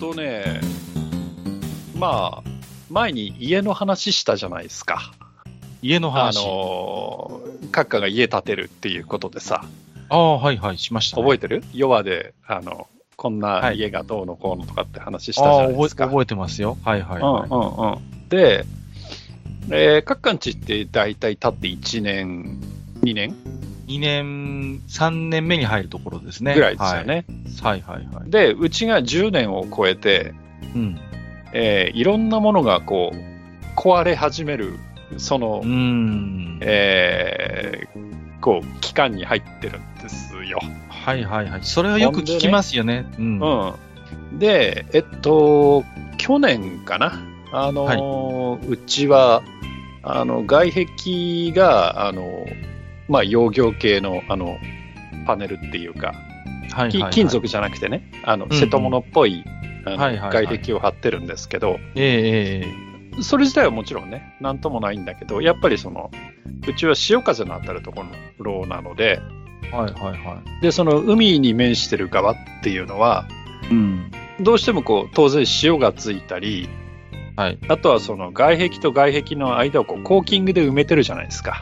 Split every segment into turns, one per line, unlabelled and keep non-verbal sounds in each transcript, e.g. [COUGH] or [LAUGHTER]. とね、まあ、前に家の話したじゃないですか。
家の
あ
話。
のー、閣下が家建てるっていうことでさ、
ああ、はいはい、しました、
覚
え
えてるヨアで、あの、こんな家がどうのこうのとかって話したじ
あ
ゃ
あ
ない
覚
で
え、
すか。
覚えてますよ。はいはい、
うん
はい
うんうん。で、えー、カッカンチって大体経って1年、2年
2年、3年目に入るところですね。
ぐらいですよね。
はい。はいはいはい。
で、うちが10年を超えて、
うん。
えーいろんなものがこう、壊れ始める、その
うー、ん。
えーこう、期間に入ってるんですよ。
はいはいはい。それはよく聞きますよね。うん。は
うん。で、えっと、去年かな。あのー、うちは、あの、外壁が、あの、まあ、洋業系の、あの、パネルっていうか、
いはい、
き
はい。
金。属じゃなくてね、あの、
んうん
瀬戸物っぽい、あの
はいはいはい
外壁を張ってるんですけど、
ええええ
それ自体はもちろんね、なんともないんだけど、やっぱりその、うちは潮風の当たるところなので、
ええはいはいは
で、その海に面してる側っていうのは、
い。うん。
どうしてもこう当然塩がついたり、
はい
あとはその外壁と外壁の間をこうコーキングで埋めてるじゃないですか、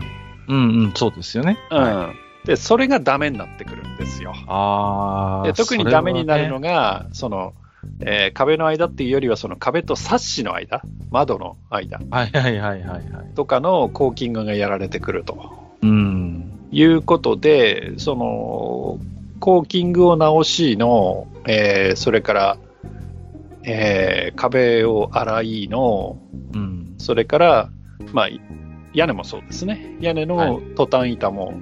うんうん、そうですよね。
うん
はい、
でそれがダメになってくるんですよ
ああ、
で特に
それは
ダ
ね
メになるのがそ,、の、えー壁の間っていうよりはその壁とサッシの間窓の間
はいはいはいはいはい。
とかのコーキングがやられてくると
うん。
いうことでそのコーキングを直しの、えーそれから、えー壁を洗いの
うん。
それから、まあ、屋根もそうですね。屋根
は
のトタン板も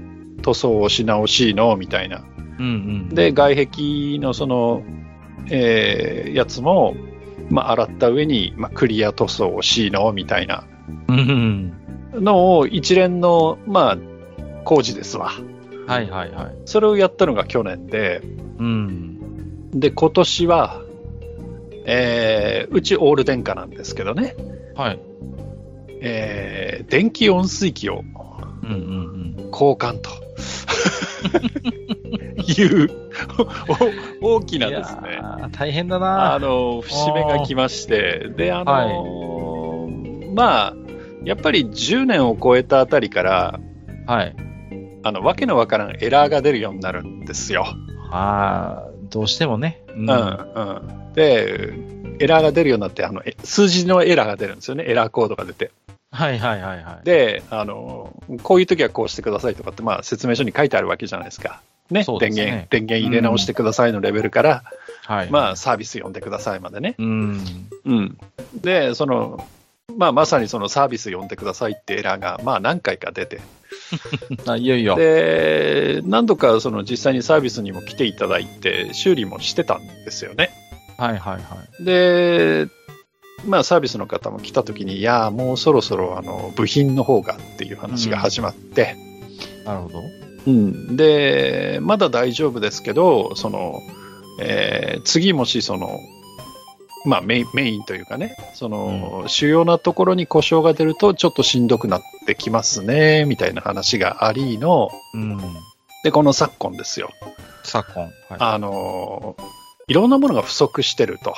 塗装をし直しの、みたいな。
うんうん。
で、外壁のその、えーやつも、まあ、洗った上に、まあ、クリア塗装をしの、みたいな
うんうん。
のを一連の、まあ、工事ですわ。
はいはいはい。
それをやったのが去年で、
うん。
で、今年は、えーうちオール電化なんですけどね、
はい。
えー電気温水器を
うんうんうん。
交換
[LAUGHS]
というおお大きなです
い
ね
やー。大変だ
あ
な。
の節目が来ましてであの、まあやっぱり10年を超えたあたりから
はい。
あのわけのわからんエラーが出るようになるんですよ。
ああ、どうしてもね。う
うんんうん、でエラーが出るようになってあのえ数字のエラーが出るんですよねエラーコードが出て
はいはいはいはい。
であのこういう時はこうしてくださいとかって、まあ、説明書に書いてあるわけじゃないですか、ね
そうで
電
すね
源電源入れ直してくださいのレベルから、
はい。
まあ、サービス呼んでくださいまでね。
うん。
うん、でその、まあ、まさにそのサービス呼んでくださいってエラーが、まあ、何回か出て、
あいよいよ。
で何度かその実際にサービスにも来ていただいて、修理もしてたんですよね。
はいはいはい。
で、まあ、サービスの方も来た時に、いやー、もうそろそろあの部品の方がっていう話が始まって、
なるほど。
うん、で、まだ大丈夫ですけど、その、えー次もしその、まあメイン、メインというかね、その、主要なところに故障が出るとちょっとしんどくなってきますね、みたいな話がありの、
うん。
で、この昨今ですよ。
昨今。は
あの、いろんなものが不足してると。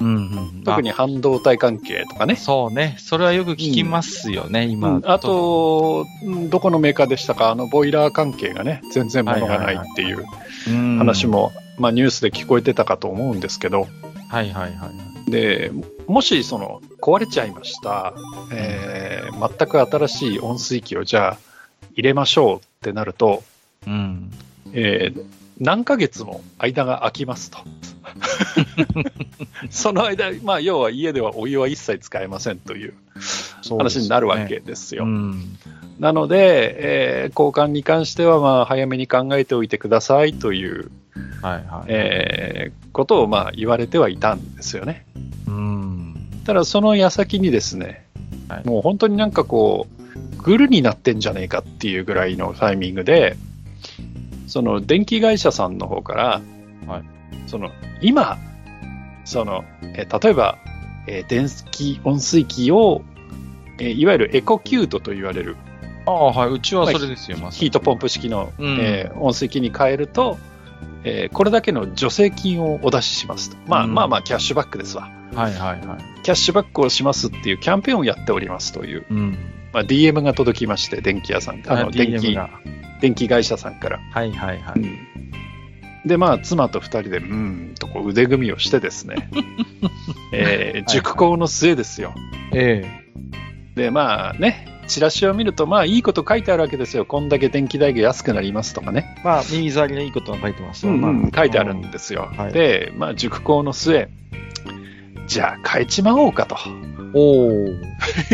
い。うんうん。
特に半導体関係とか
あ。
ね。
そうね。それはよく聞きますよね、
う
今
ん。あ、と、うんどこのメーカーでしたか、あの、ボイラー関係がね、全然物がないっていう
うん
話。も、まあ、ニュースで聞こえてたかと思うんですけど、
はいはいはいはい。
でもしその壊れちゃいました、えー全く新しい温水器をじゃあ入れましょうってなると、
うん。
えー何ヶ月も間が空きます
[LAUGHS]
とその間、まあ、要は家ではお湯は一切使えませんという
そうで
話
すね
になるわけですよ。
うん。
なので、えー交換に関してはまあ早めに考えておいてくださいという、
はいはい。
えーことをまあ言われてはいたんですよね。
うん。
ただその矢先にですね、
はい
もう本当になんかこうグルになってんじゃねえかっていうぐらいのタイミングでその電気会社さんの方から、
はい
その今その、えー例えば、えー電気温水器を、えーいわゆるエコキュートと言われる
ああ、はい。うちはそれですよ、まさに
ヒートポンプ式の、
うん
えー温水器に変えると、えーこれだけの助成金をお出ししますと。まあ、
うん
まあまあ、キャッシュバックですわ。
はいはいはい。
キャッシュバックをしますっていうキャンペーンをやっておりますという、
うん。
まあ、DM が届きまして、電気屋さんから、あの電
DM
気
が。
電気会社さんから。
はいはいはい。
で、まあ、妻と二人で、うーんとこう腕組みをしてです [LAUGHS] ね、えー熟考の末ですよ。
え
で、まあね、チラシを見ると、まあ、いいこと書いてあるわけですよ。こんだけ電気代が安くなりますとかね
え。まあ、右座りのいいことが書いてますわ
うんうん
ま
書いてあるんですよ。
はい
で、まあ、熟考の末、じゃあ変えちまおうか [LAUGHS] と
おお。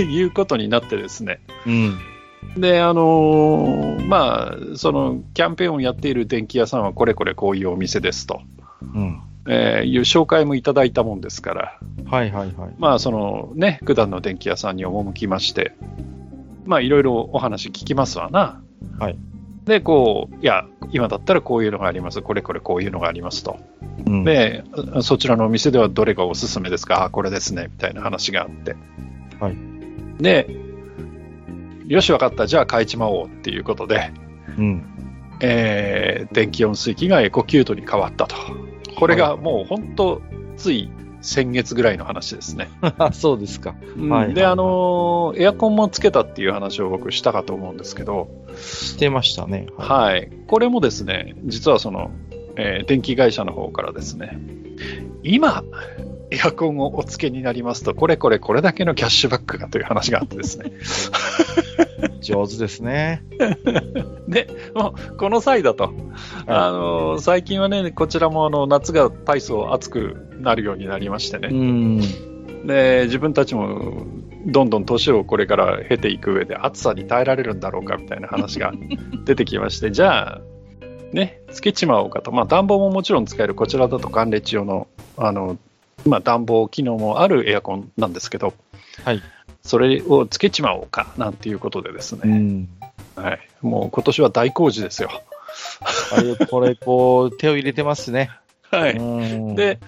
いうことになってですね。
うん。
で、あのーまあ、その、キャンペーンをやっている電気屋さんは、これこれこういうお店ですと、
うん。
えーいう紹介もいただいたもんですから、
はいはいはい。
まあ、そのね、九段の電気屋さんに赴きまして、まあ、いろいろお話聞きますわな。
はい。
で、こう、いや、今だったらこういうのがあります、これこれこういうのがありますと。
うん、
で、そちらのお店ではどれがおすすめですか、あこれですね、みたいな話があって。
はい。
で、よし、わかった、じゃあ変えちまおうっていうことで、
うん。
えー電気温水器がエコキュートに変わったと。これがもう本当、つい先月ぐらいの話ですね。
あ、 [LAUGHS] そうですか。
うん
はいはい
で、あのーエアコンもつけたっていう話を僕したかと思うんですけど、
してましたね。
はい、これもですね、実はその、えー電気会社の方からですね、今、エアコンをお付けになりますと、これこれこれだけのキャッシュバックがという話があってですね、
上手ですね。
で、もうこの際だと、あのー最近はね、こちらもあの夏が体操暑くなるようになりましてね、
うん。
で自分たちもどんどん年をこれから経ていく上で暑さに耐えられるんだろうかみたいな話
[LAUGHS]
が出てきましてじゃあねつけちまおうかと、まあ、暖房ももちろん使えるこちらだと寒冷地用のあの、まあ、暖房機能もあるエアコンなんですけど、
はい
それをつけちまおうかなんていうことでです
う
ね、
ん。
はい、もう今年は大工事ですよ。
あれ、これ、こう、手を入れてますね。
はいうで、、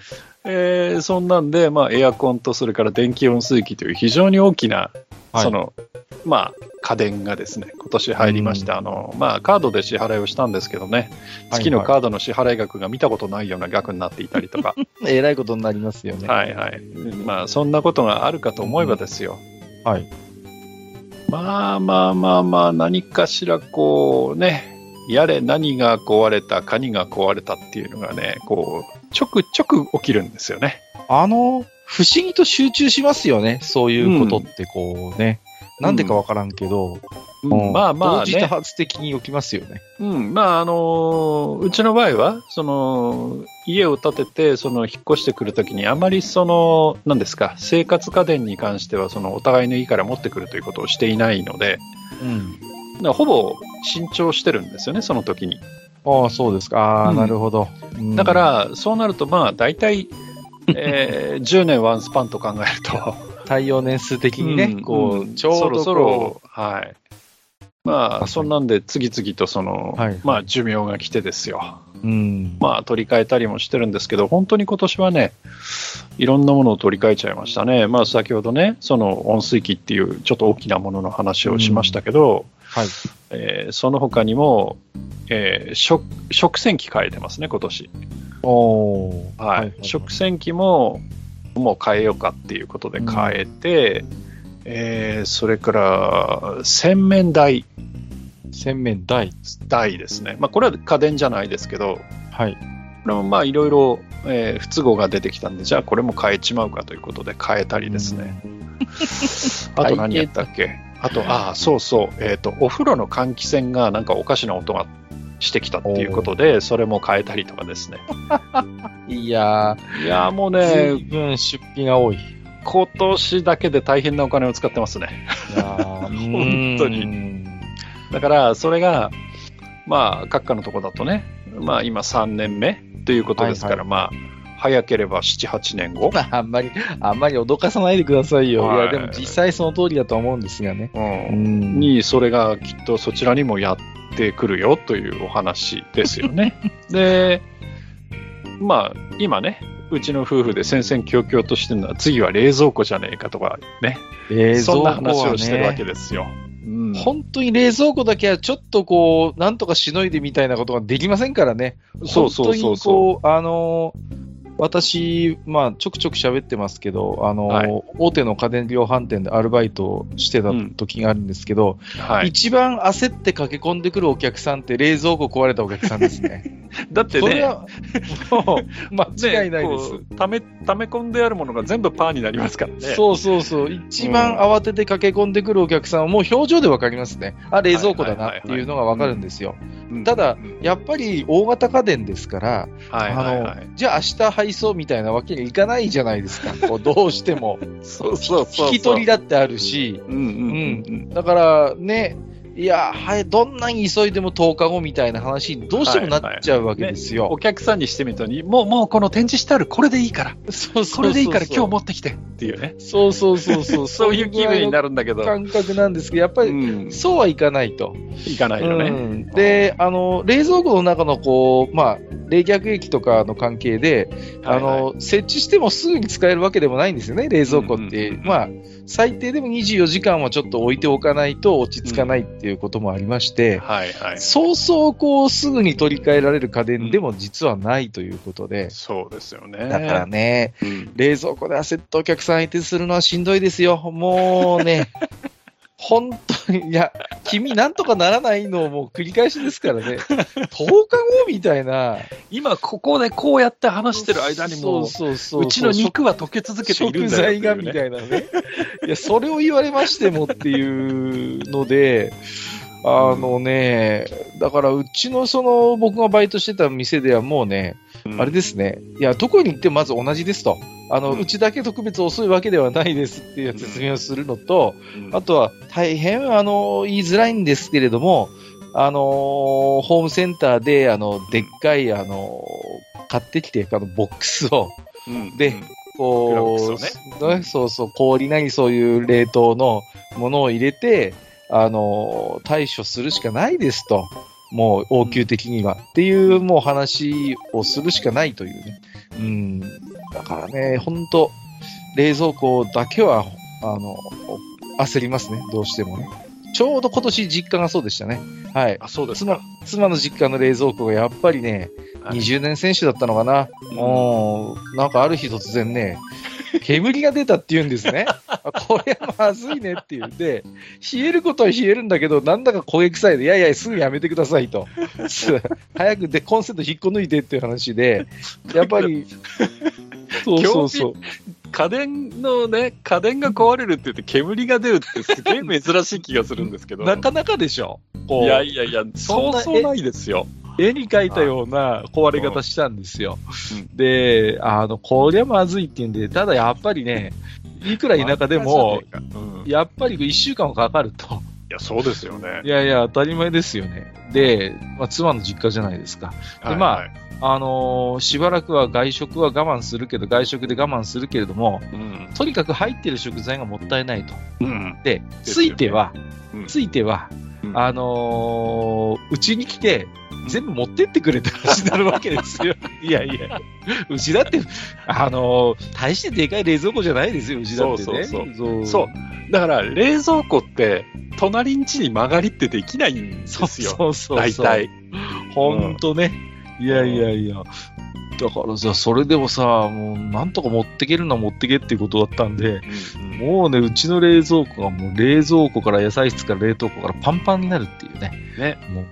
えーそんなんで、まあ、エアコンとそれから電気温水器という非常に大きな、
はい
そのまあ、家電がですね今年入りまして、
うん
あのまあ、カードで支払いをしたんですけどね月のカードの支払い額が見たことないような額になっていたり
[LAUGHS]
とか、
えらいことになりますよね。
はいはいまあ、そんなことがあるかと思えばですよ。
はい
まあまあまあまあ何かしらこうねやれ何が壊れたカニが壊れたっていうのがねこうちょくちょく起きるんですよね。
あの、不思議と集中しますよね。そういうことって、こうね。なんでかわからんけど、うん
まあまあ
同時多
ね、
発的に起きますよね。
うん、まああのーうちの場合はその家を建ててその引っ越してくるときにあまりその何ですか生活家電に関してはそのお互いの家から持ってくるということをしていないので
うん。
だからほぼ慎重してるんですよねその時に
ああ、そうですか。ああ、
うん
なるほど。うん
だか、らそうなるとまあ大体、えー10年ワンスパンと考えると
対応年数的にね、
うん
こ
う
う、
ん
ちょうど
そろそ
こ
ろはいま
か
あ
に
そんなんで次々とその、
はい
まあ寿命が来てですよ
う、うん。
まあ、取り替えたりもしてるんですけど、本当に今年はね、いろんなものを取り替えちゃいましたね。まあ、先ほどね、その温水器っていうちょっと大きなものの話をしましたけど、
はい。
えーその他にも、えー食食洗機変えてますね、今年。
おー。
はい食洗機も、もう変えようかっていうことで変えて、えーそれから洗面台、
洗面台。
台ですね。まあ、これは家電じゃないですけど、
はい。
これもまあいろいろ、えー不都合が出てきたんで、じゃあこれも変えちまうかということで変えたりですね。あと何やったっけあと、ああ、そうそう、えっ、と、お風呂の換気扇がなんかおかしな音がしてきたっていうことで、それも変えたりとかですね。
いや
いやーもう
ー、ずい
ね、
ぶん出費が多い。い
今年だけで大変なお金を使ってますね。
やー [LAUGHS]
本当に
に。
だから、それが、まあ、閣下のとこだとね、まあ今3年目ということですから、
はい
まあ、早ければ7、8年後。
あんまり、あんまり脅かさないでくださいよ。い、
はい
や、でも実際その通りだと思うんですがね。
うん
ん
にそれがきっとそちらにもやってくるよというお話ですよ [LAUGHS] ね。で、まあ今ね、うちの夫婦で戦々恐々としてるのは次は冷蔵庫じゃねえかとかね、
冷蔵庫
そんな
は、ね、
話をしてるわけですよ。うん
本当に冷蔵庫だけはちょっとこう、なんとかしのいでみたいなことができませんからね。
そうそうそうそう
本当にこう、あのー私、まあ、ちょくちょく喋ってますけど、あのー
はい
大手の家電量販店でアルバイトをしてた時があるんですけど、
はい、
一番焦って駆け込んでくるお客さんって冷蔵庫壊れたお客さんですね。
だ [LAUGHS] って
それ
ね、
は、も
[LAUGHS]
う、間違いないで
こ
す。
うためため込んであるものが全部パーになりますからね。
そうそうそう、一番慌てて駆け込んでくるお客さんは、もう表情で分かりますね、あ冷蔵庫だなっていうのが分かるんですよ、
うん
ただ
うん
やっぱり大型家電ですから、
はいはいは
あ
い
の、じゃあ明日配送みたいなわけにいかないじゃないですか、
[LAUGHS]
こうどうしても、
そうそうそうそう
引き取りだってあるし、
うんうんうん
だからね、いや、はい、どんなに急いでも10日後みたいな話にどうしてもなっちゃうわけですよ。
お客さんにしてみたのに、もう、もうこの展示してある、これでいいから、
そうそ
こ
うそう
れでいいから、今日持ってきてっていうね、
そうそうそうそ
[LAUGHS]
う、
そういう気分にな
る
るんだけど、
感覚なんですけど、やっぱ
う
り
ん、
そうはいかないと。
いかないよ
う
ね。
んであの冷蔵庫の中のこう、まあ、冷却液とかの関係で、
はいはい
あの設置してもすぐに使えるわけでもないんですよね、冷蔵庫って、
うんうんうん
まあ、最低でも24時間はちょっと置いておかないと落ち着かないっていうこともありまして、
はいはい。
そうそうこうすぐに取り替えられる家電でも実はないということで、
そうですよね。
だからね、
うん
冷蔵庫で焦ったお客さん相手するのはしんどいですよ。も
[LAUGHS]
うね、本当に、いや、君なんとかならないのをもう繰り返しですから
[LAUGHS]
ね、10日後みたいな。
今、ここでこうやって話してる間にも、
そうそうそう
うちの肉は溶け続けているん
食
だよって
材
うね
がみたいなね。いや、それを言われましてもっていうので、あのね、だからうちのその僕がバイトしてた店ではもうね、
うん
あれですね、いや、どこに行ってもまず同じですと、あの、
う
うんちだけ特別遅いわけではないですっていう説明をするのと、
うん
あとは大変、あの、言いづらいんですけれども、あのーホームセンターで、あの、でっかい、あのー買ってきて、あの、ボックスを、
うん
で
うんクラブ
こ
ボック
う、ねそうそう、氷なりそういう冷凍のものを入れて、あの、対処するしかないですと。もう応急的には。っていうもう話をするしかないというね。うん。だからね、ほんと、冷蔵庫だけは、あの、焦りますね。どうしてもね。ちょうど今年実家がそうでしたね。はい。
あ、そうです
妻
か。
妻の実家の冷蔵庫がやっぱりね、
はい
20年選手だったのかな、
うん
もうなんかある日突然 [LAUGHS] ね、煙が出たって言うんですね、あこれはまずいねっていうんで、冷えることは冷えるんだけど、なんだか焦げ臭いで、いやいや、すぐやめてくださいと、 [LAUGHS] す早くでコンセント引っこ抜いてっていう話で、やっぱり、 [LAUGHS] そうそうそう、
家電のね、家電が壊れるって言って煙が出るってすげえ珍しい気がするんですけど。
なかなかでしょ、こ
いうやいやいや、そ
そんな
うそうないですよ。
絵に描いたような壊れ方したんですよ。で、あの、こりゃまずいって言うんで、ただやっぱりね、いくら田舎でも、
まあ、うんい
やっぱり1週間はかかると。
や、そうですよね。
いやいや、当たり前ですよね。で、まあ、妻の実家じゃないですか。でまあ
はいはい
あのーしばらくは外食は我慢するけど、外食で我慢するけれども、
うん。
とにかく入ってる食材がもったいないと。
うん。
で、
です
つ
よね
いては、
うん
ついては
う、ん
あのーうちに来て、全部持ってってくれって話になるわけで
[LAUGHS]
すよ。いやいや、うちだって、あのー大してでかい冷蔵庫じゃないですよ、うちだってね。
そう
そう
そう。だから、冷蔵庫って、隣ん家に曲がりってできないんで
そう
すよ。
そうそう。
大体。
ほんとね。いやいやいや。だからさ、それでもさ、もう、なんとか持ってけるのは持ってけっていうことだったんで、
うん
もうね、うちの冷蔵庫がもう冷蔵庫から野菜室から冷凍庫からパンパンになるっていうね。
ね。
もう、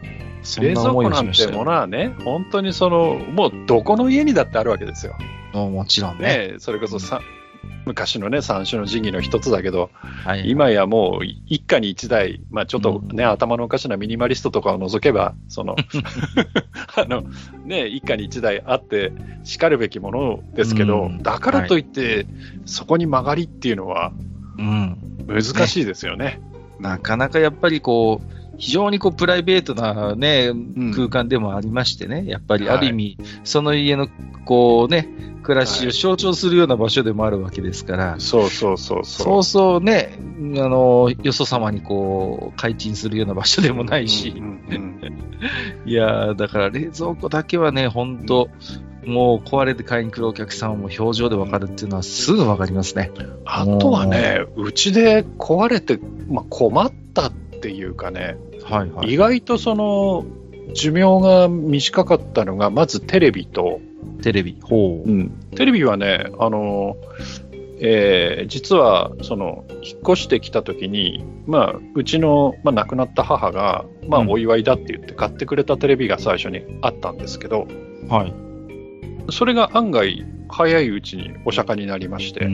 そん
冷
な
蔵
思い
庫
を
な
し
ん
ましてた
も
よ。
のはね、本当にその、もうどこの家にだってあるわけですよ。
ももちろんね。
ね、それこそさ、昔のね、三種の神器の一つだけど、
はい
今やもう一家に一台、まあ、ちょっと
うん
ね、頭のおかしなミニマリストとかを除けば、そ
[LAUGHS]
のあのね、一家に一台あって、しかるべきものですけど、
うん
だからといって、そこに曲がりっていうのは
うん。
難しいですよね。
なかなかやっぱりこう、非常にこうプライベートな、ね、
ん
空間でもありましてね、やっぱり
はい
ある意味、その家のこう、ね、暮らしを象徴するような場所でもあるわけですから、
そうそうそう
そ
そう
うそうね、あのよそ様にこう開陳するような場所でもないし、
うんうんうん
いやーだから冷蔵庫だけはね、本当、もう壊れて買いに来るお客さんはもう表情でわかるっていうのはすぐわかりますね。
あとはね、うちで壊れて、まあ、困ったってっていうかね、
はいはい。
意外とその寿命が短かったのが、まずテレビと、
テレビ。ほう。
テレビはね、あの、えー実はその引っ越してきた時に、まあ、うちの、まあ、亡くなった母が、まあ、
うん
お祝いだって言って買ってくれたテレビが最初にあったんですけど
はい。
それが案外早いうちにお釈迦になりまして、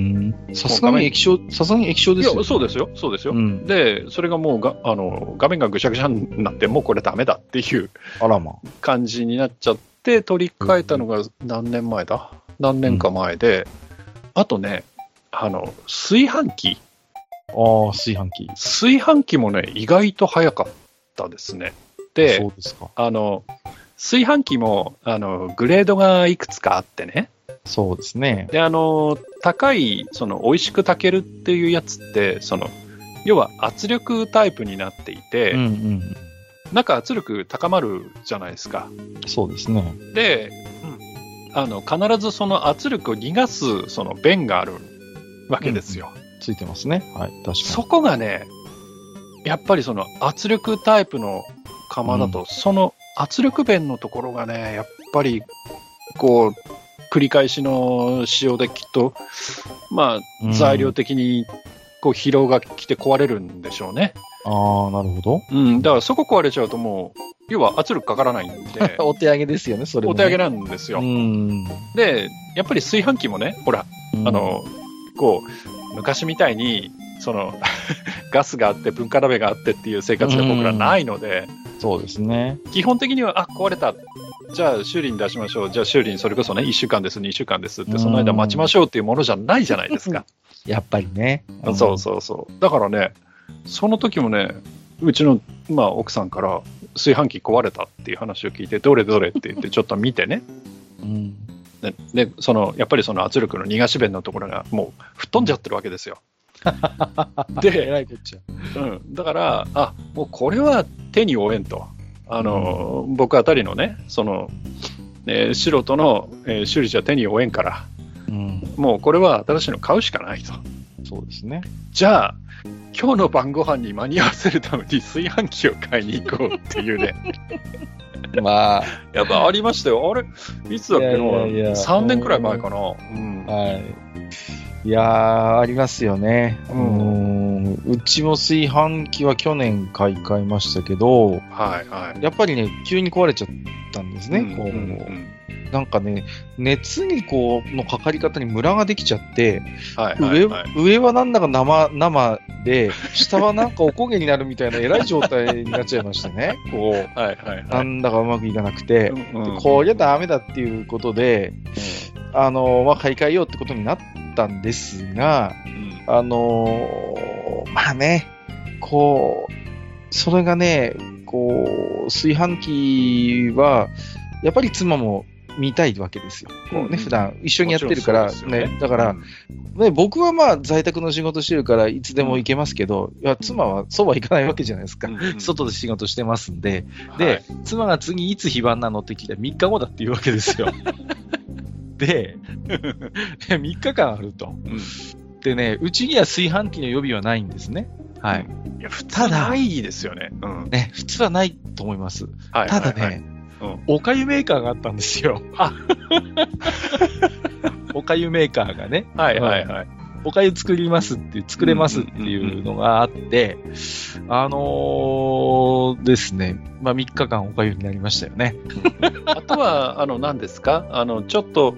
さすがに液晶、さすがに液晶
い
ですよ。
やそうですよそうですよ、
うん。
でそれがもうがあの画面がぐしゃぐしゃになってもうこれダメだっていう
あらま。
感じになっちゃって取り替えたのが何年前だ何年か前で、あとねあの炊飯器
ああ、炊飯器。
炊飯器もね意外と早かったですね
そ
で
うですか。
あの炊飯器もあのグレードがいくつかあってね
そうですね。
であの高いその美味しく炊けるっていうやつってその要は圧力タイプになっていて、
うんうん。
なんか圧力高まるじゃないですか
そうですね。
で、あの必ずその圧力を逃がすその弁があるわけですよ、
ついてますね。はい。確かに。
そこがねやっぱりその圧力タイプの釜だと、その圧力弁のところがねやっぱりこう繰り返しの使用できっとま
うん
あ材料的にこう疲労がきて壊れるんでしょうね、
ああ、なるほど。
うん、だからそこ壊れちゃうともう要は圧力かからない
[LAUGHS]
んで
お手上げですよね、それ
お
もね、
手上げなんですよ、
うん。
で、やっぱり炊飯器もね、ほら、あ、の、こう、昔みたいに、その、 [LAUGHS] ガスがあって、文化鍋があってっていう生活が僕らないので、
そうですね。
基本的には、あ、壊れた。じゃあ修理に出しましょう。じゃあ修理にそれこそね、1週間です、2週間ですって、その間待ちましょうっていうものじゃないじゃないですか。
やっぱりね。
そうそうそう。だからね、その時もね、うちの、まあ、奥さんから炊飯器壊れたっていう話を聞いて、どれどれって言って、ちょっと見てね、
うん。
ねでそのやっぱりその圧力の逃がし弁のところがもう吹っ飛んじゃってるわけ [LAUGHS] ですよ。
で、え
で、
らいこっちゃ。
うん、だから、あもうこれは手に負えんと、あの僕あたりのね、そのえー素人の、えー修理じゃ手に負えんから、
うん。
もうこれは新しいの買うしかないと。
そうですね。
じゃあ、今日の晩ご飯に間に合わせるために炊飯器を買いに行こうっていうね、
まあ、
[LAUGHS] やっぱありましたよ、あれ、いつだっけな、
いやいやいや
3年くらい前かな。うん
はい。いやー、ありますよね。う。
うん
うちも炊飯器は去年買い替えましたけど、
はいはい
やっぱりね、急に壊れちゃったんですね。こうなんかね、熱にこう、のかかり方にムラができちゃって、
はいはい
上
は、
はい上はなんだか生、生で、下はなんかおこげになるみたいな偉い状態になっちゃいました [LAUGHS] ね。こう、
はいはいは
ないんだかうまくいかなくて、
うん
こりゃダメだっていうことで、あの、まあ、買い替えようってことになったんですが、
うん
あのーまあね、こう、それがね、こう、炊飯器は、やっぱり妻も見たいわけですよ。こう
うんうん
ね、普段一緒にやってるから、
もちろんそうです
ね
よね
だから、ね、僕はまあ在宅の仕事してるから、いつでも行けますけど、いや妻はそうはいかないわけじゃないですか。外で仕事してますんで、で、
はい
妻が次いつ非番なのって聞いたら3日後だって言うわけで
[LAUGHS]
すよ。で、3日間あると。でね、うちには炊飯器の予備はないんですね。はい。
いや普通
ただ
ないですよね。うん
ね、普通はないと思います。
はい
ただね、
はいはいうん
おかゆメーカーがあったんで
[LAUGHS]
すよ。おかゆメーカーがね、
はいはいはい。
おかゆ作りますって、作れますっていうのがあって、あのーですね、まあ3日間おかゆになりましたよね。
あとは、あの、何ですかあの、ちょっと、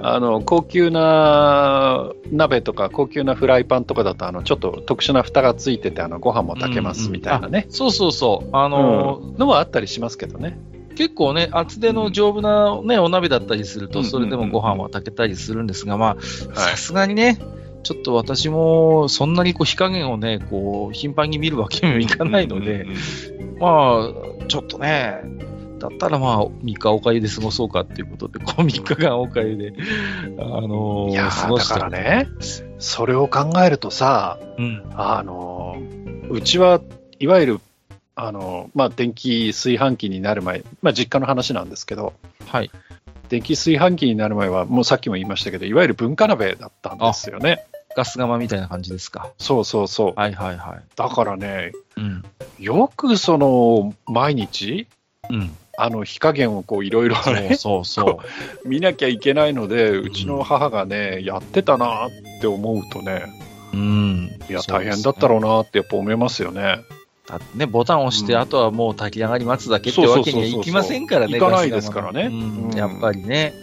あの、高級な鍋とか、高級なフライパンとかだと、あの、ちょっと特殊な蓋がついてて、あの、ご飯も炊けますみたいなね。
そうそうそう。あ
あの
のー
のはあったりしますけどね。
結構ね、厚手の丈夫な、ね、お鍋だったりする
う
と、
んうんうん
それでもご飯は炊けたりするんですが、まあ、
はい
さすがにね、ちょっと私もそんなにこう火加減をね、こう頻繁に見るわけにもいかないので、
うんうん
まあ、ちょっとね、だったらまあ、3日おかゆで過ごそうかっていうことで、こう3日間おかゆで、あの
うん
ー
いやー
過ご
だ
し
か
た
ら。ね、それを考えるとさ、
うん。
あのうちはいわゆるあの、まあ、電気炊飯器になる前、まあ、実家の話なんですけど
はい。
電気炊飯器になる前はもうさっきも言いましたけどいわゆる文化鍋だったんですよね。
ガス釜みたいな感じですか。
そうそうそう。
はいはいはい。
だからね、
うん。
よくその、毎日、
うん。
あの火加減をこういろいろあれ
そうそうそう。
見なきゃいけないので、うちの母がね、やってたなって思うとね、
うん。
いや、
そう
大
です
変
ね
だったろうなってやっぱ思いますよね。
だってね、ボタンを押して、
うん
あとはもう炊き上がり待つだけって
そうそう
わ
そ
け
うそう
にはいきませんからね。
いかない
ガ
で
ス
すからね
釜うん
うん
やっぱりね、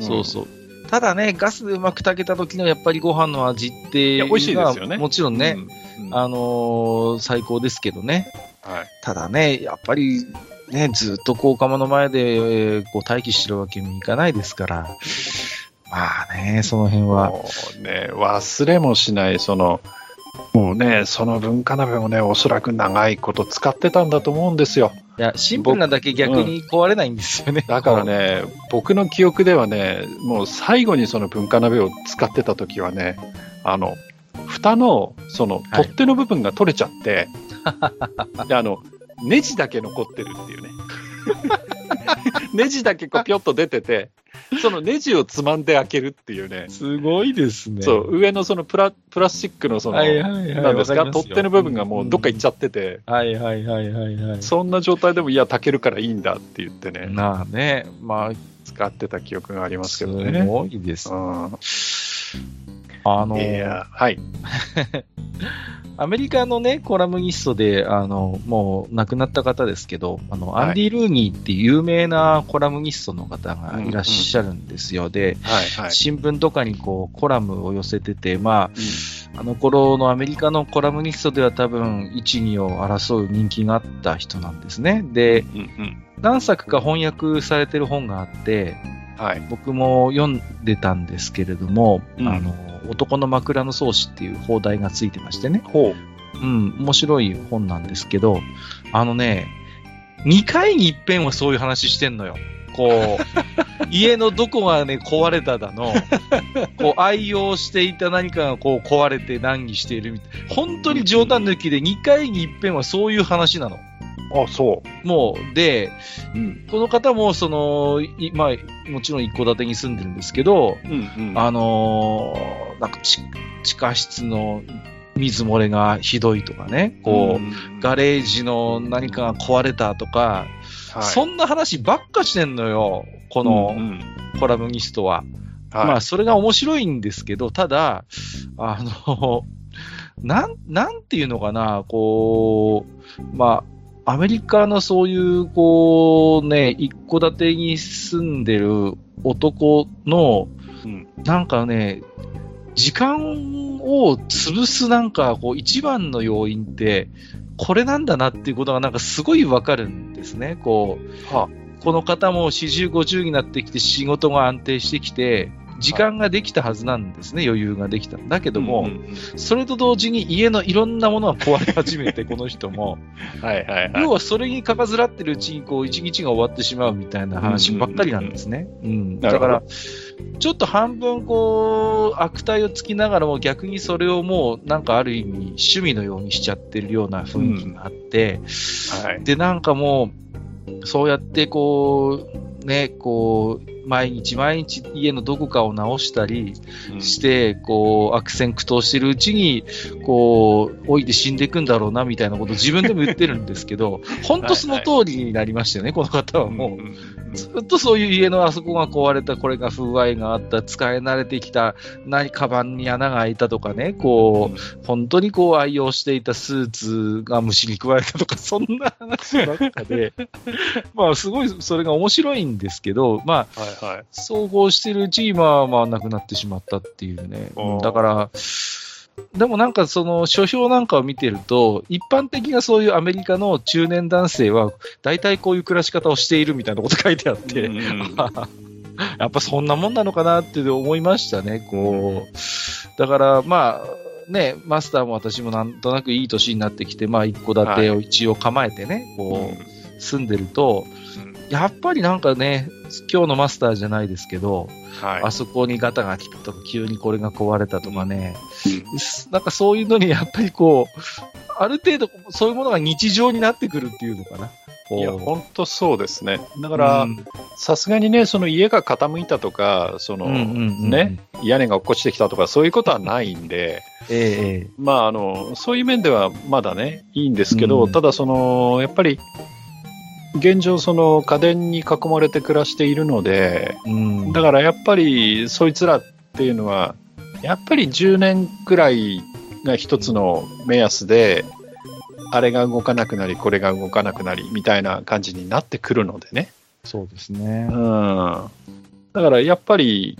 そうそう。ただね、ガスでうまく炊けた時のやっぱりご飯の味って
いや美味しいですよね
もちろ
うんん
ね、。
うん
あのー最高ですけどね。
はい。
ただね、やっぱり、ね、ずっとこう釜の前で、えーこう待機してるわけにもいかないですから。まあね、その辺は。
もうね、忘れもしない、その、もうね、その文化鍋をね、おそらく長いこと使ってたんだと思うんですよ。
いや、シンプルなだけ逆に壊れないんですよね。
だからね、僕の記憶ではね、もう最後にその文化鍋を使ってた時はね、あの、蓋の、その、
はい
取っ手の部分が取れちゃって、
[LAUGHS]
で、あの、ネジだけ残ってるっていうね。 [LAUGHS] ネジだけこうぴょっと出てて、そのネジをつまんで開けるっていうね
こう。。すごいですね
そう、上のそのプラプラスチックのその、
はい
なんですか、取っ手の部分がもうどっか行っち
ゃ
ゃってて、
うん。はいはいはいはいはい。
そんな状態でも、いや、炊けるからいいんだって言ってね、
なあね、ま
使ってた記憶があり
あ、
ます
す
けどね。
ごいです
う。ん、
あの
い、や、はい。
アメリカのね、コラムニストで、あの、もう亡くなった方ですけど、あの、
はい
アンディ・ルーニーっていう有名なコラムニストの方がいらっしゃるんですよ。で、
はい、はい。
新聞とかにこう、コラムを寄せてて、ま
うん
あ、あの頃のアメリカのコラムニストでは多分、1、2を争う人気があった人なんですね。で、
うんうん
何作か翻訳されてる本があって、
はい。
僕も読んでたんですけれども、
うん
あの男の枕草子っていう放題がついてましてね、
ほう。
うん、面白い本なんですけど、あのね、2回に一遍はそういう話してんのよ。こう、家のどこがね、壊れただの、こう、愛用していた何かがこう壊れて難儀しているみたいな。本当に冗談抜きで2回に一遍はそういう話なの。
あ、そ
もう、で、
う。うん。
この方も、その、いまあ、もちろん一戸建てに住んでるんですけど、
うん、うん。
あのーなんかち地下室の水漏れがひどいとかね、こう、
ん
ガレージの何かが壊れたとか、
はい
そんな話ばっかしてんのよ、こ
うん
の
うん
コラムニストは。
はい
まあ、それが面白いんですけど、ただ、あの、 [LAUGHS] なん、なんていうのかな、こう、まあ、アメリカのそういう、こう、ね、一戸建てに住んでる男の、
うん
なんかね、時間を潰すなんか、こう、一番の要因って、これなんだなっていうことがなんかすごいわかるんですね、こう。
は
この方も40、50になってきて仕事が安定してきて、時間ができたはずなんですね、余裕ができた。だけども、
うんうん
それと同時に家のいろんなものが壊れ始めて、この人も。
はい、はい、はい
要。はそれにかかずらってるうちに、こう、一日が終わってしまうみたいな話ばっかりなんですね。うん。だ
なる
か
ほど
ら、ちょっと半分、こう、悪態をつきながらも、逆にそれをもう、なんかある意味、趣味のようにしちゃってるような雰囲気があって、
はい。
で、なんかもう、そうやってこう、ね、こう、毎日毎日家のどこかを直したり
うん
して、こう、悪戦苦闘してるうちに、こう、老いて死んでいくんだろうな、みたいなことを自分でも言ってるんですけ [LAUGHS] ど、本当その通りになりましたよね、この方はもう。
んんん
ずっとそういう家のあそこが壊れた、これが不具合があった、使い慣れてきた、何、カバンに穴が開いたとかね、こう、本当にこう愛用していたスーツが虫に食われたとか、そんな話ばっかで、まあすごいそれが面白いんですけど、まあ、
はい、はい。
総合してるうちに、まあまあ、なくなってしまったっていうね
あ。ー
だから、でもなんかその書評なんかを見てると、一般的なそういうアメリカの中年男性は、大体こういう暮らし方をしているみたいなこと書いてあって、
うんうん
やっぱそんなもんなのかなって思いましたね、こう。だから、まあ、ね、マスターも私もなんとなくいい年になってきて、まあ、一戸建てを一応構えてね、こう、住んでると、
うん
やっぱりなんかね、今日のマスターじゃないですけど、
はい
あそこにガタが来たとか、急にこれが壊れたとかね、
うん
すなんかそういうのにやっぱりこう、ある程度そういうものが日常になってくるっていうのかな。
いや、
こ
本当そうですね。だ
う
から
う、ん
さすがにね、その家が傾いたとか、その、
うんうんうん
ね、屋根が落っこちてきたとか、そういうことはないんで、
えええ
まあ、あの、そういう面ではまだね、いいんですけど、
うん
ただ、その、やっぱり、現状、その、家電に囲まれて暮らしているので、
えうん
だからやっぱり、そいつらっていうのは、やっぱり10年くらいが一つの目安で、あれが動かなくなり、これが動かなくなり、みたいな感じになってくるのでね。
そうですね
う。んだからやっぱり、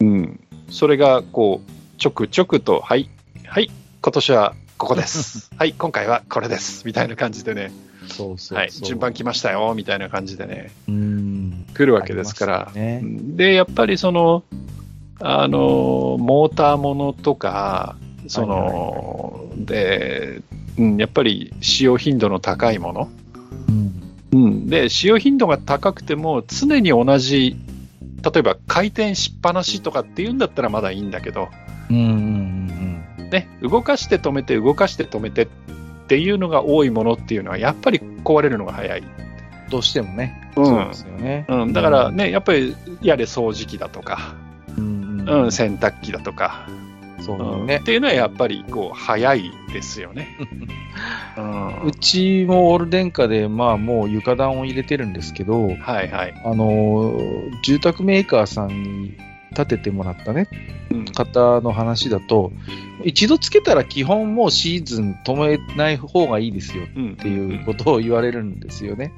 うん、それがこうちょくちょくと、はい、はい、今年はここ
[LAUGHS]
です、はい、今回はこれですみたいな感じでね、
そうそうそう
はい、順番来ましたよみたいな感じでね、
うん。
来るわけですから。
ありますよ
う
ね。
んで、やっぱりその、あのモーターものとか、その、で、うん、やっぱり使用頻度の高いもの、
うん
うん、で使用頻度が高くても常に同じ例えば回転しっぱなしとかっていうんだったらまだいいんだけど、
うんうん
ね、動かして止めて動かして止めてっていうのが多いものっていうのはやっぱり壊れるのが早い、
うん。どうしてもね。
うん
そうですよね。
うん、だからねやっぱりやれ掃除機だとか、
うん
う、
うんん。そ
洗濯機だとか、
うだ
う
よ
ん
ね
っ。ていうのはやっぱりこう早いですよね。うん、
うちもオール電化で、まあもう床暖を入れてるんですけ
は
ど、
いはい、
あのー、住宅メーカーさんに建ててもらったね、
うん
方の話だと、一度つけたら基本もうシーズン止めない方がいいですよ
うん、っ
っていうことを言われるんですよね。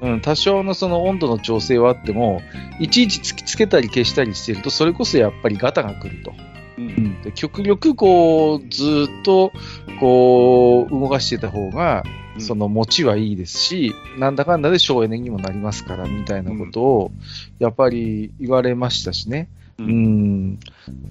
と、
うん、多少のその温度の調整はあっても、いちいちつきつけたり消したりしてると、それこそやっぱりガタが来ると。
うん
で極力こう、ずーっとこう、動かしてた方が、
うん
その持ちはいいですし、なんだかんだで省エネにもなりますからみたいなことをやっぱり言われましたしね。
う
うんん、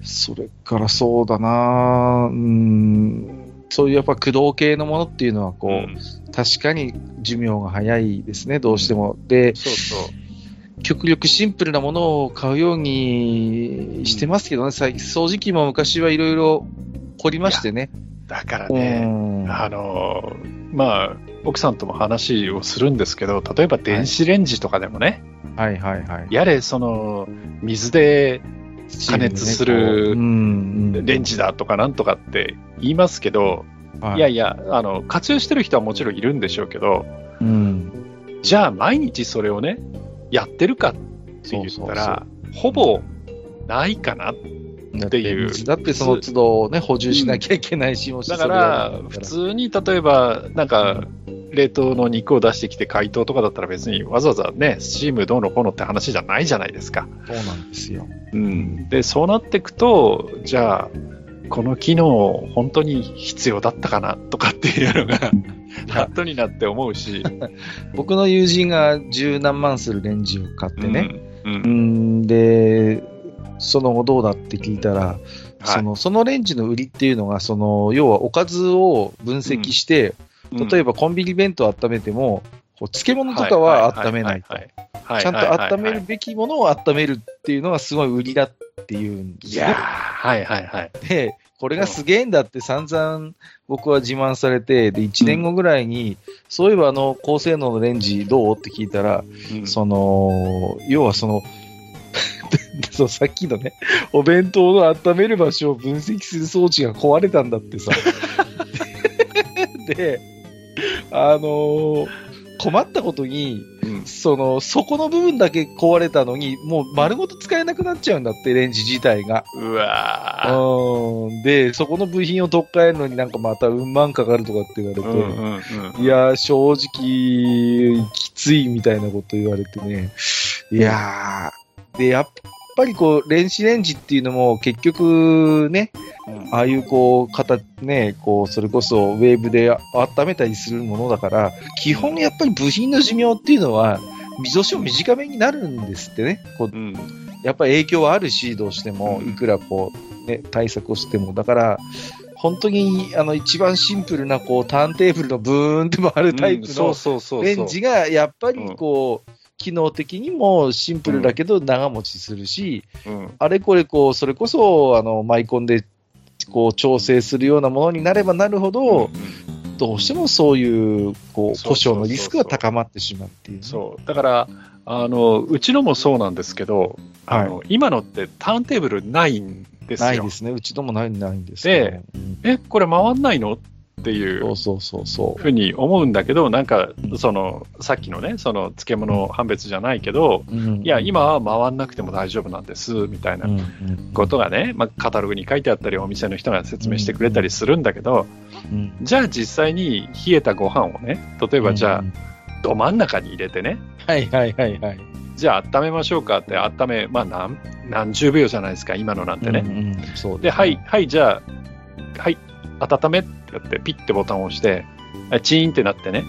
それからそうだなうん、そういうやっぱ駆動系のものっていうのはこう、
うん
確かに寿命が早いですね、どうしても。で、
そうそう
極力シンプルなものを買うようにしてますけどね、最近掃除機も昔はいろいろ凝りましてね。
だから
う
ね、
ん
あのーまあ、奥さんとも話をするんですけど、例えば電子レンジとかでもね、
はいはいはい。
やれ、その、水で加熱するレ
レ
ンジだとかなんとかって言いますけど、い、やいや、あの、活用してる人はもちろんいるんでしょうけど、
うん、
じゃあ毎日それをね、やってるかって言ったら、ほぼないかな。
だ
っていう
だってその都度ね、補充しなきゃいけないし、もし
だか
それや
ら
ら、
普通に例えば、なんか、冷凍の肉を出してきて解凍とかだったら別にわざわざね、スチームどうのこうのって話じゃないじゃないですか。
そうなんですよ。
うん、でそうなっていくとじゃあこの機能本当に必要だったかなとかっていうのがハットになって思うし、
僕の友人が十何万するレンジを買ってね、
うん、う
うんん、で、その後どうだって聞いたら、
はい
その、そのレンジの売りっていうのが、その、要はおかずを分析して、例えばコンビニ弁当を温めても、こう漬物とかは温めないと。ちゃんと温めるべきものを温めるっていうのがすごい売りだっていうんで
い
す
やー
よ。
はいはいはい
で、これがすげえんだって散々僕は自慢されて、で、1年後ぐらいに、そういえばあの高性能のレンジどうって聞いたら、
うん
その、要はその、 [LAUGHS] そうさっきのね、お弁当の温める場所を分析する装置が壊れたんだっ
[LAUGHS]
てさ。で、あのー困ったことに、
うん
その、底の部分だけ壊れたのに、もう丸ごと使えなくなっちゃうんだって、レンジ自体が。
うわ
うん。で、そこの部品を取っ替えるのになんかまたうん万かかるとかって言われ
ー
て、
うんうんうん
いやー、正直、きついみたいなこと言われてね。いやー、で、やっぱりこう、電子レンジっていうのも結局ね、
うん
ああいうこう、形、ね、こう、それこそウェーブで温めたりするものだから、基本やっぱり部品の寿命っていうのは、見通しも短めになるんですってね。こう
うん
やっぱり影響はあるし、どうしても
う、ん
いくらこう、ね、対策をしても。だから、本当に、あの、一番シンプルな、こう、ターンテーブルのブーンって回るタイプ
そう
の
そうそうそう
レンジが、やっぱりこう、機能的にもシンプルだけど長持ちするし、
うん
あれこれこう、それこそ、あの、マイコンで、こう、調整するようなものになればなるほど、
うん
どうしてもそういう、こう、
そうそうそうそ
故
う
障のリスクが高まってしまうっていうね。
そうだからあのうちのもそうなんですけど、あの今のってターンテーブルないんですよ
ないですね。うちともない、ないんですけど。うん
えこれ回んないのっていう
そうそうそうそう。
ふうに思うんだけどなんか
うん
そのさっきのねその漬物判別じゃないけど
うん
いや、今は回んなくても大丈夫なんですみたいな
うんうん
ことがね、まあ、カタログに書いてあったりお店の人が説明してくれたりするんだけど
うん
じゃあ実際に冷えたご飯をね例えばじゃあど真ん中に入れてね
はいはいはいはい。
じゃあ温めましょうかって温めまあ何何十秒じゃないですか今のなんてね、
うんうんそう
で
ですね
はい。はいじゃあはい温めってやってピッてボタンを押してあチーンってなってね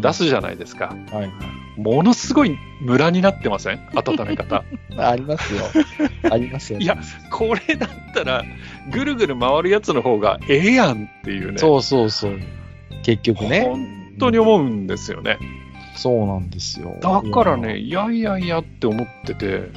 出すじゃないですか
はい。
ものすごいムラになってません温め
[LAUGHS]
方
ありま
[LAUGHS]
すよ。ありますよ。
いやこれだったらぐるぐる回るやつの方がええやんっていうね
そうそうそう。結局ね。
本当に思うんですよね
そうなんですよ。
だからねいやいやいやって思ってて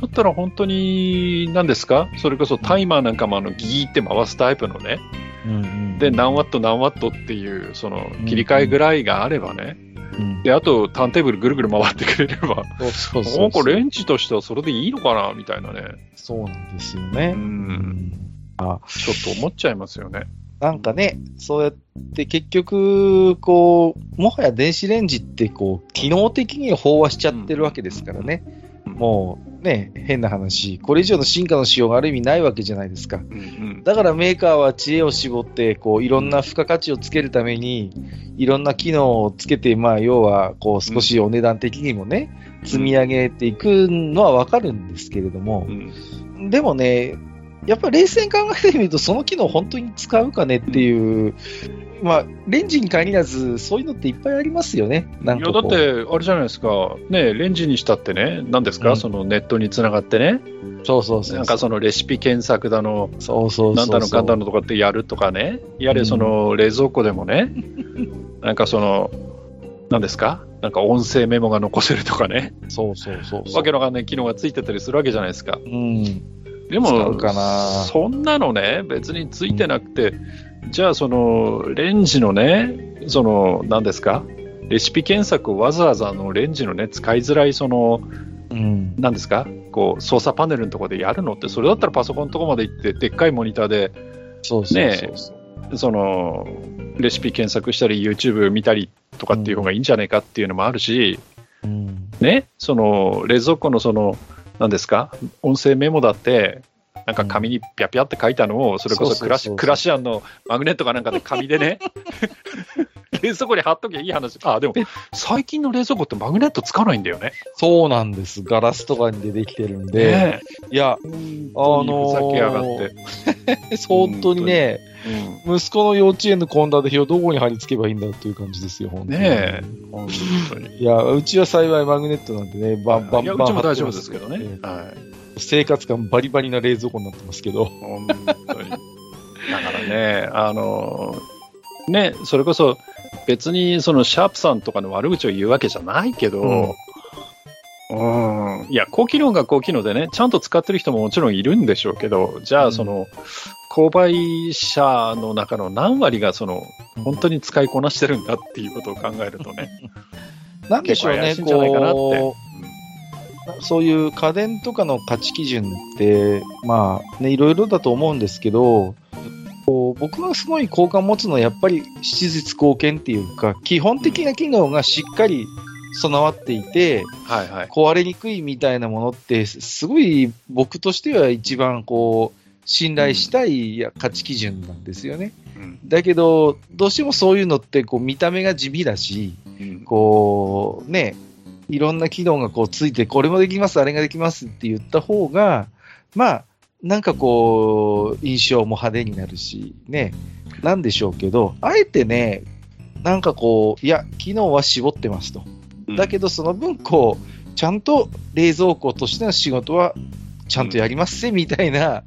だったら本当に何ですかそれこそタイマーなんかもあのギーって回すタイプのね
うんうん、
で何ワット何ワットっていうその切り替えぐらいがあればね
うん
であとターンテーブルぐるぐる回ってくれれば
そうそうそうそう。
なんかレンチとしてはそれでいいのかなみたいなね
そうなんですよ
う
ね。
ん
あ
ちょっと思っちゃいますよね。
なんかね、そうやって結局、こう、もはや電子レンジって、こう、機能的に飽和しちゃってるわけですからね。
うん
もう、ね、変な話。これ以上の進化の仕様がある意味ないわけじゃないですか。
うんうん
だからメーカーは知恵を絞って、こう、いろんな付加価値をつけるために、いろんな機能をつけて、まあ、要は、こう、少しお値段的にもね、積み上げていくのはわかるんですけれども、
うん
でもね、やっぱ冷静に考えてみると、その機能本当に使うかねっていう、まあ、レンジに限らず、そういうのっていっぱいありますよね。なん
い
か
や
こ
だ
う
って、あれじゃないですか、ね、レンジにしたってね、なんですか、
うん
そのネットにつながってね、
そうそうそう。
なんかそのレシピ検索だの、
そうそうそうそ
な
う。
んだのかんだのとかってやるとかね、やれ、その冷蔵庫でも
[LAUGHS]
ね、なんかその、なんですか、なんか音声メモが残せるとかね、
そうそうそうそう。
わけのわかんない機能がついてたりするわけじゃないですか。
うん。
で
使
も
うかな
そんなのね、別についてなくて、じゃあ、そのレンジのね、その、なんですか、レシピ検索をわざわざあのレンジのね、使いづらい、その、
うん。
なんですか、こう、操作パネルのところでやるのって、それだったらパソコンのところまで行って、でっかいモニターで、
そうそうそう。
ねその、レシピ検索したり、YouTube 見たりとかっていう方がいいんじゃないかっていうのもあるし、
うん。
ね、その、冷蔵庫のその、なんですか、音声メモだって、なんか紙にピャピャって書いたのを、それこ
そう
そ
そう
クラ
そ
シ
う
クラシアンのマグネットかなんかで紙でね、 [LAUGHS] 冷蔵庫に貼っときゃいい話。あ、でも、最近の冷蔵庫ってマグネットつかないんだよね。
そうなんです。ガラスとかに出てきてるんで。
ね
いや、
え、
あの
ふざけやがって。
ー本当にね、息子の幼稚園の献立表どこに貼り付けばいいんだという感じですよ、本当に。
ねえ、本当に。
いや、うちは幸いマグネットなんでね、バンバンバン
いやうちも
貼っ
大
て
丈
ま
夫ですけどね。はい。
生活感バリバリな冷蔵庫になってますけど。
本当に。だからね、あの、ね、それこそ別にそのシャープさんとかの悪口を言うわけじゃないけど、うん、いや、高機能が高機能でね、ちゃんと使ってる人ももちろんいるんでしょうけど、じゃ
う
あ
ん
その、購買者の中の何割がその、本当に使いこなしてるんだっていうことを考えるとね、
なんでしょうね、
結構怪しいんじゃないかなって
こう、そういう家電とかの価値基準って、まあ、ね、いろいろだと思うんですけど、こう僕がすごい好感持つのはやっぱり質実貢献っていうか、基本的な機能がしっかり備わっていて、
はいはい。
壊れにくいみたいなものって、すごい僕としては一番こう、信頼したいや価値基準なんですよね。
うん
だけど、どうしてもそういうのってこう見た目が地味だし、
うん
こう、ね、いろんな機能がこうついて、これもできます、あれができますって言った方が、まあ、なんかこう、印象も派手になるし、ね、なんでしょうけど、あえてね、なんかこう、いや、機能は絞ってますと。だけど、その分、こう、ちゃんと冷蔵庫としての仕事は、ちゃんとやりますぜ、みたいな、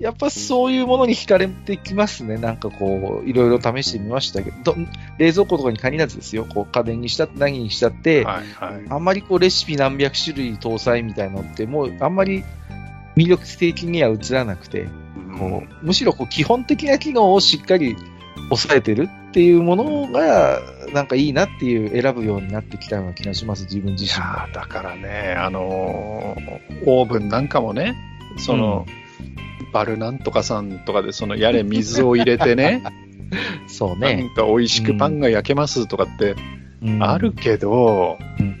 やっぱそういうものに惹かれてきますね。なんかこう、いろいろ試してみましたけど、ど冷蔵庫とかに限らずですよ、こう、家電にしたって何にしたって、
はいはい。
あんまりこう、レシピ何百種類搭載みたいなのって、もう、あんまり魅力的には映らなくて、
うん
こうむしろこう基本的な機能をしっかり抑えてるっていうものが、なんかいいなっていう、選ぶようになってきたような気がします、自分自
い
身
や
が。
ーだからね、あのーオーブンなんかもね、その、バルなんとかさんとかで、そのやれ水を入れてね、
そう
な
[LAUGHS] ね。
んか美味しくパンが焼けますとかって
うん
あるけど、
うん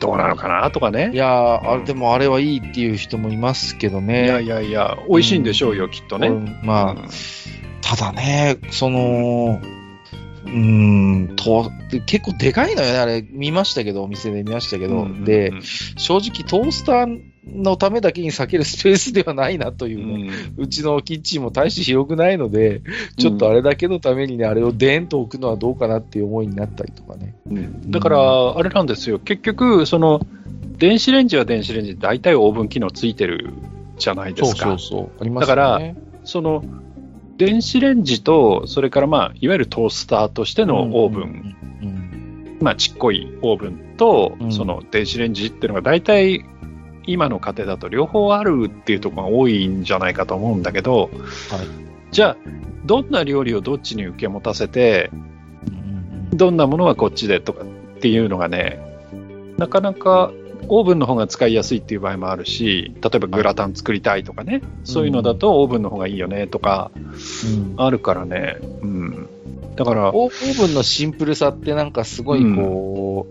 どうなのかなとかね。
い
いや
やーあれ、でもあれはいいっていう人もいますけどね。
いやいや美味しいんでしょうよ、きっとね。
うんまあ、ただね、その、うーんと、で結構でかいのよね、あれ、見ましたけど、お店で見ましたけ
け
ど、で、正直トースターのためだけに避けるスペースではないなというね、うちのキッチンも大して広くないので、ちょっとあれだけのためにね、あれをデーンと置くのはどうかなっていう思いになったりとかね。
だから、あれなんですよ、結局、その電子レンジは電子レンジで大体オーブン機能ついてるじゃないですか。
そうそうそう。あります
だから
ね、
その電子レンジと、それから、まあ、いわゆるトースターとしてのオーブン、
うん。
まあ、ちっこいオーブンと、
うん
その電子レンジっていうのが大体今の家庭だと両方あるっていうところが多いんじゃないかと思うんだけど、じゃあ、どんな料理をどっちに受け持たせて、
うんうん
どんなものはこっちでとかっていうのがね、なかなかオーブンの方が使いやすいっていう場合もあるし、例えばグラタン作りたいとかね、そういうのだとオーブンの方がいいよねとか
うん
あるからね、うん。だから、
オーブンのシンプルさってなんかすごいこ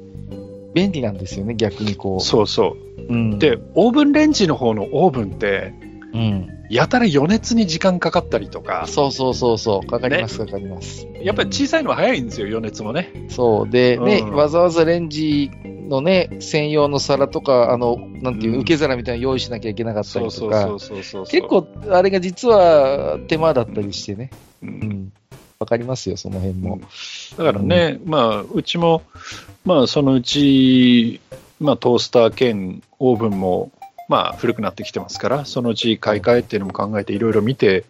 う、便利なんですよね、逆にこう。
そうそうう。
ん
で、オーブンレンジの方のオーブンって、
うん、
やたら余熱に時間かかったりとか、
そうそうそうそう、かかります、かかります。
やっぱり小さいのは早いんですよ、余熱もね。
そうで、ね、
うん
わざわざレンジのね、専用の皿とか、あの、なんていう、
うん
受け皿みたいなの用意しなきゃいけなかったりと
そ
か、
うそうそうそう。
結、構、あれが実は手間だったりしてね、
う、
うんん、わかりますよ、その辺も。
だからね、まあ、うちも、まあ、そのうち、まあ、トースター兼オーブンも、まあ、古くなってきてますから、そのうち買い替えっていうのも考えて、いろいろ見て、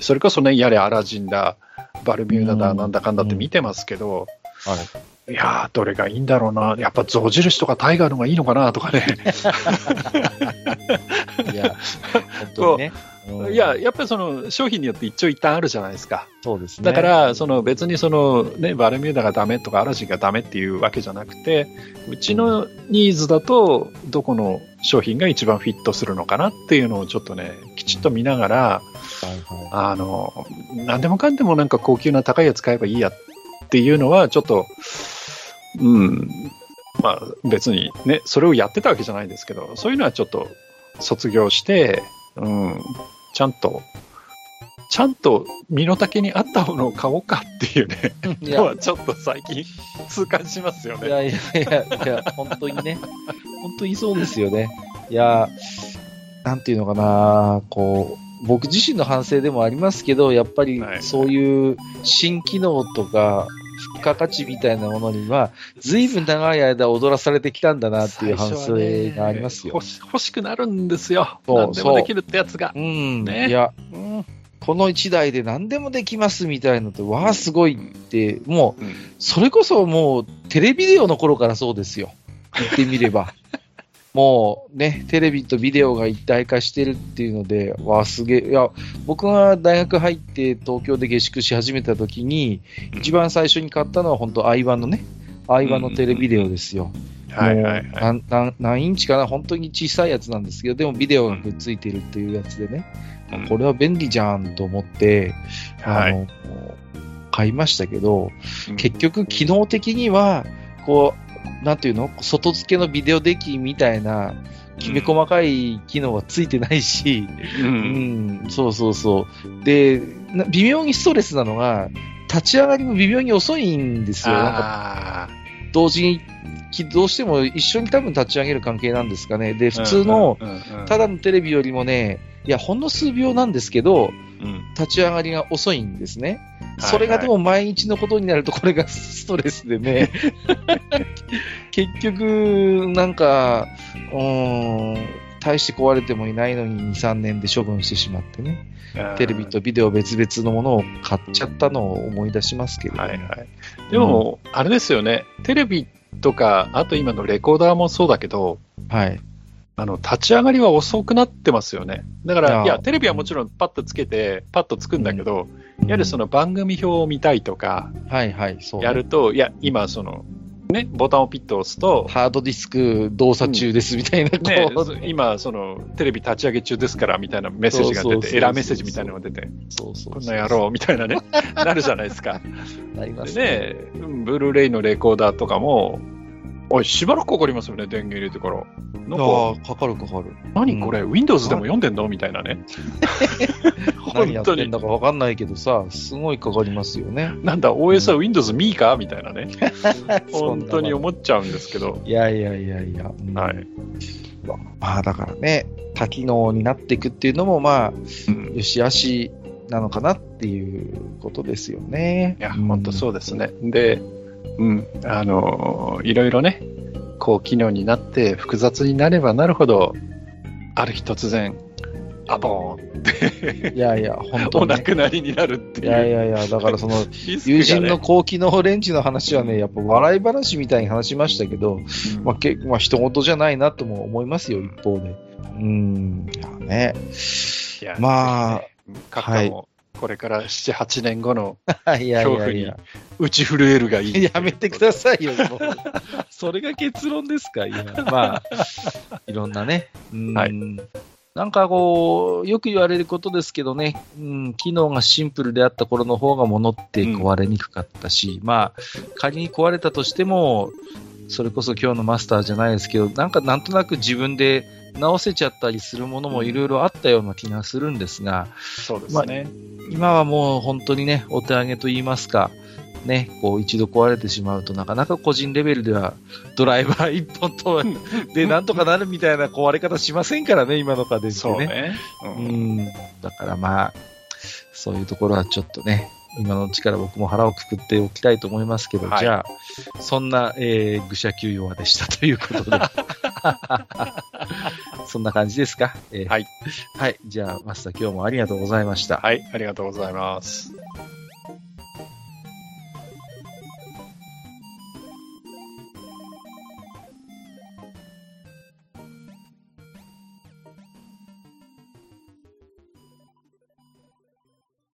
それこそね、やれアラジンだ、バルミューダだ、
うん
なんだかんだって見てますけど、
はい
いやー、どれがいいんだろうな、やっぱ象印とかタイガーの方がいいのかなとかね。
いや、本当にね。うん
[LAUGHS] いや、やっぱりその商品によって一長一短あるじゃないですか。
そうですね。
だから、その別にその、ね、バルミューダがダメとか、アラジンがダメっていうわけじゃなくて、うちのニーズだと、どこの商品が一番フィットするのかなっていうのをちょっとね、きちっと見ながら、
はいはい
あの、なんでもかんでもなんか高級な高いやつ買えばいいやっていうのは、ちょっと、うん、まあ別にね、それをやってたわけじゃないですけど、そういうのはちょっと卒業して、うん、ちゃんと、ちゃんと身の丈に合ったものを買おうかっていうね、
い
の
や
はちょっと最近痛感しますよ
い
ね。
やいやいやいや、本当にね、本当にそうですよね。いや、なんていうのかな、こう、僕自身の反省でもありますけど、やっぱり
はい
そういう新機能とか、付加価値みたいなものには、随分長い間踊らされてきたんだなっていう反省がありますよ
欲。し欲しくなるんですよ。
そう
何でもできるってやつが
う。ん、
ね
いや、
うん
この1台で何でもできますみたいのって、わあ、すごいって、もう
うん、
それこそもう、テレビデオの頃からそうですよ。言ってみ
[LAUGHS]
れば。もうね、テレビとビデオが一体化してるっていうので、わあ、すげえ。いや、僕が大学入って東京で下宿し始めた時に、一番最初に買ったのは本当 i 版のね、i 版のテレビデオですよ。
はいはいはい。
もうなんなん何インチかな、本当に小さいやつなんですけど、でもビデオがくっついてるっていうやつでね、
うん
これは便利じゃんと思って、
は
あ
い
の買いましたけど、
うん
結局、機能的にはこう、なんていうの、外付けのビデオデッキみたいな、きめ細かい機能がついてないし、
う
うんん、そうそうそう。で、な微妙にストレスなのが、立ち上がりも微妙に遅いんですよ。なんか
あ
同時に起動しても一緒に多分立ち上げる関係なんですかね。で、
ー
普通の、
うんうんうん
ただのテレビよりもね、いや、ほんの数秒なんですけど、
うん
立ち上がりが遅いんですね。
い
それがでも毎日のことになると、これがストレス
[LAUGHS]
でね。結局、なんか、うーん、大して壊れてもいないのに2、3年で処分してしまってね。テレビとビデオ別々のものを買っちゃったのを思い出しますけれども。
はいはい、でも、あれですよね、テレビとか、あと今のレコーダーもそうだけど、
はい。
あの、立ち上がりは遅くなってますよね。だか
いや
ら、いや、テレビはもちろんパッとつけて、パッとつくんだけど、
うん
やはりその番組表を見たいとか、
はいはい、そうね、
やると、いや、今その、ね、ボタンをピッと押すと、
ハードディスク動作中ですみたいな、
ね
こう、
今、その、テレビ立ち上げ中ですから、みたいなメッセージが
そう
出
そうそう
て、
そう
エラーメッセージみたいなのが出て、
そうそうそう
こんな野郎、みたいなね、なるじゃないですか。
なりますね。
でね、うんブルーレイのレコーダーとかも、おい、しばらくかかりますよね、電源入れてから。なんか、
ああ、かかるかかる。
何これ、Windows でも読んでんのみたいな
[LAUGHS]
ね。
何
本
やっ
当
てん
に、
だかわかんないけどさ、すごいかかりますよね。
なんだ、OS は Windows Me かみたいなね、
そ
[LAUGHS] 本
んな
当に思っちゃうんですけど、
いやいやいやいや。うん
はい。
まあだからね、多機能になっていくっていうのも、まあ、
うん
よし悪しなのかなっていうことですよね。
いや、本当そうですね。で、うん、あのーいろいろね、高機能になって複雑になればなるほど、ある日突然、アボーン、
うん。いやいや、本
お
当に、
亡
ね。
くなりになるって
い
いう。
やいやいや、だからその、
リスクがね
友人の高機能レンジの話はね、やっぱ笑い話みたいに話しましたけど、
うん
まあ、けまあ、人事じゃないなとも思いますよ、一方で。うん、いや
[LAUGHS]
ね。
いや
まあ、
閣下もこれから7、8年後の
はい、いやい
恐
や
怖
い
に
や。
打ち震えるがいい。
[LAUGHS] やめてくださいよ、もう [LAUGHS] それが結論ですか、今。まあ、いろんなね。うん
は
なんかこう、よく言われることですけどね、うん、機能がシンプルであった頃の方が物って壊れにくかったし、まあ、仮に壊れたとしても、それこそ今日のマスターじゃないですけど、なんかなんとなく自分で直せちゃったりするものもいろいろあったような気がするんですが、
そうですね。
今はもう本当にね、お手上げと言いますか、ね、こう一度壊れてしまうとなかなか個人レベルではドライバー一本
[LAUGHS]
とでなんとかなるみたいな壊れ方しませんからね、今の家電って
そう
ね。
ね。
う
うん
ん、だからまあ、そういうところはちょっとね、今のうちから僕も腹をくくっておきたいと思いますけど、
はい
じゃあ、そんな、えー、愚者級弱でしたということ
[LAUGHS]
で。そんな感じですか、えー
はい。
はい。じゃあ、マスター今日もありがとうございました。
はい、ありがとうございます。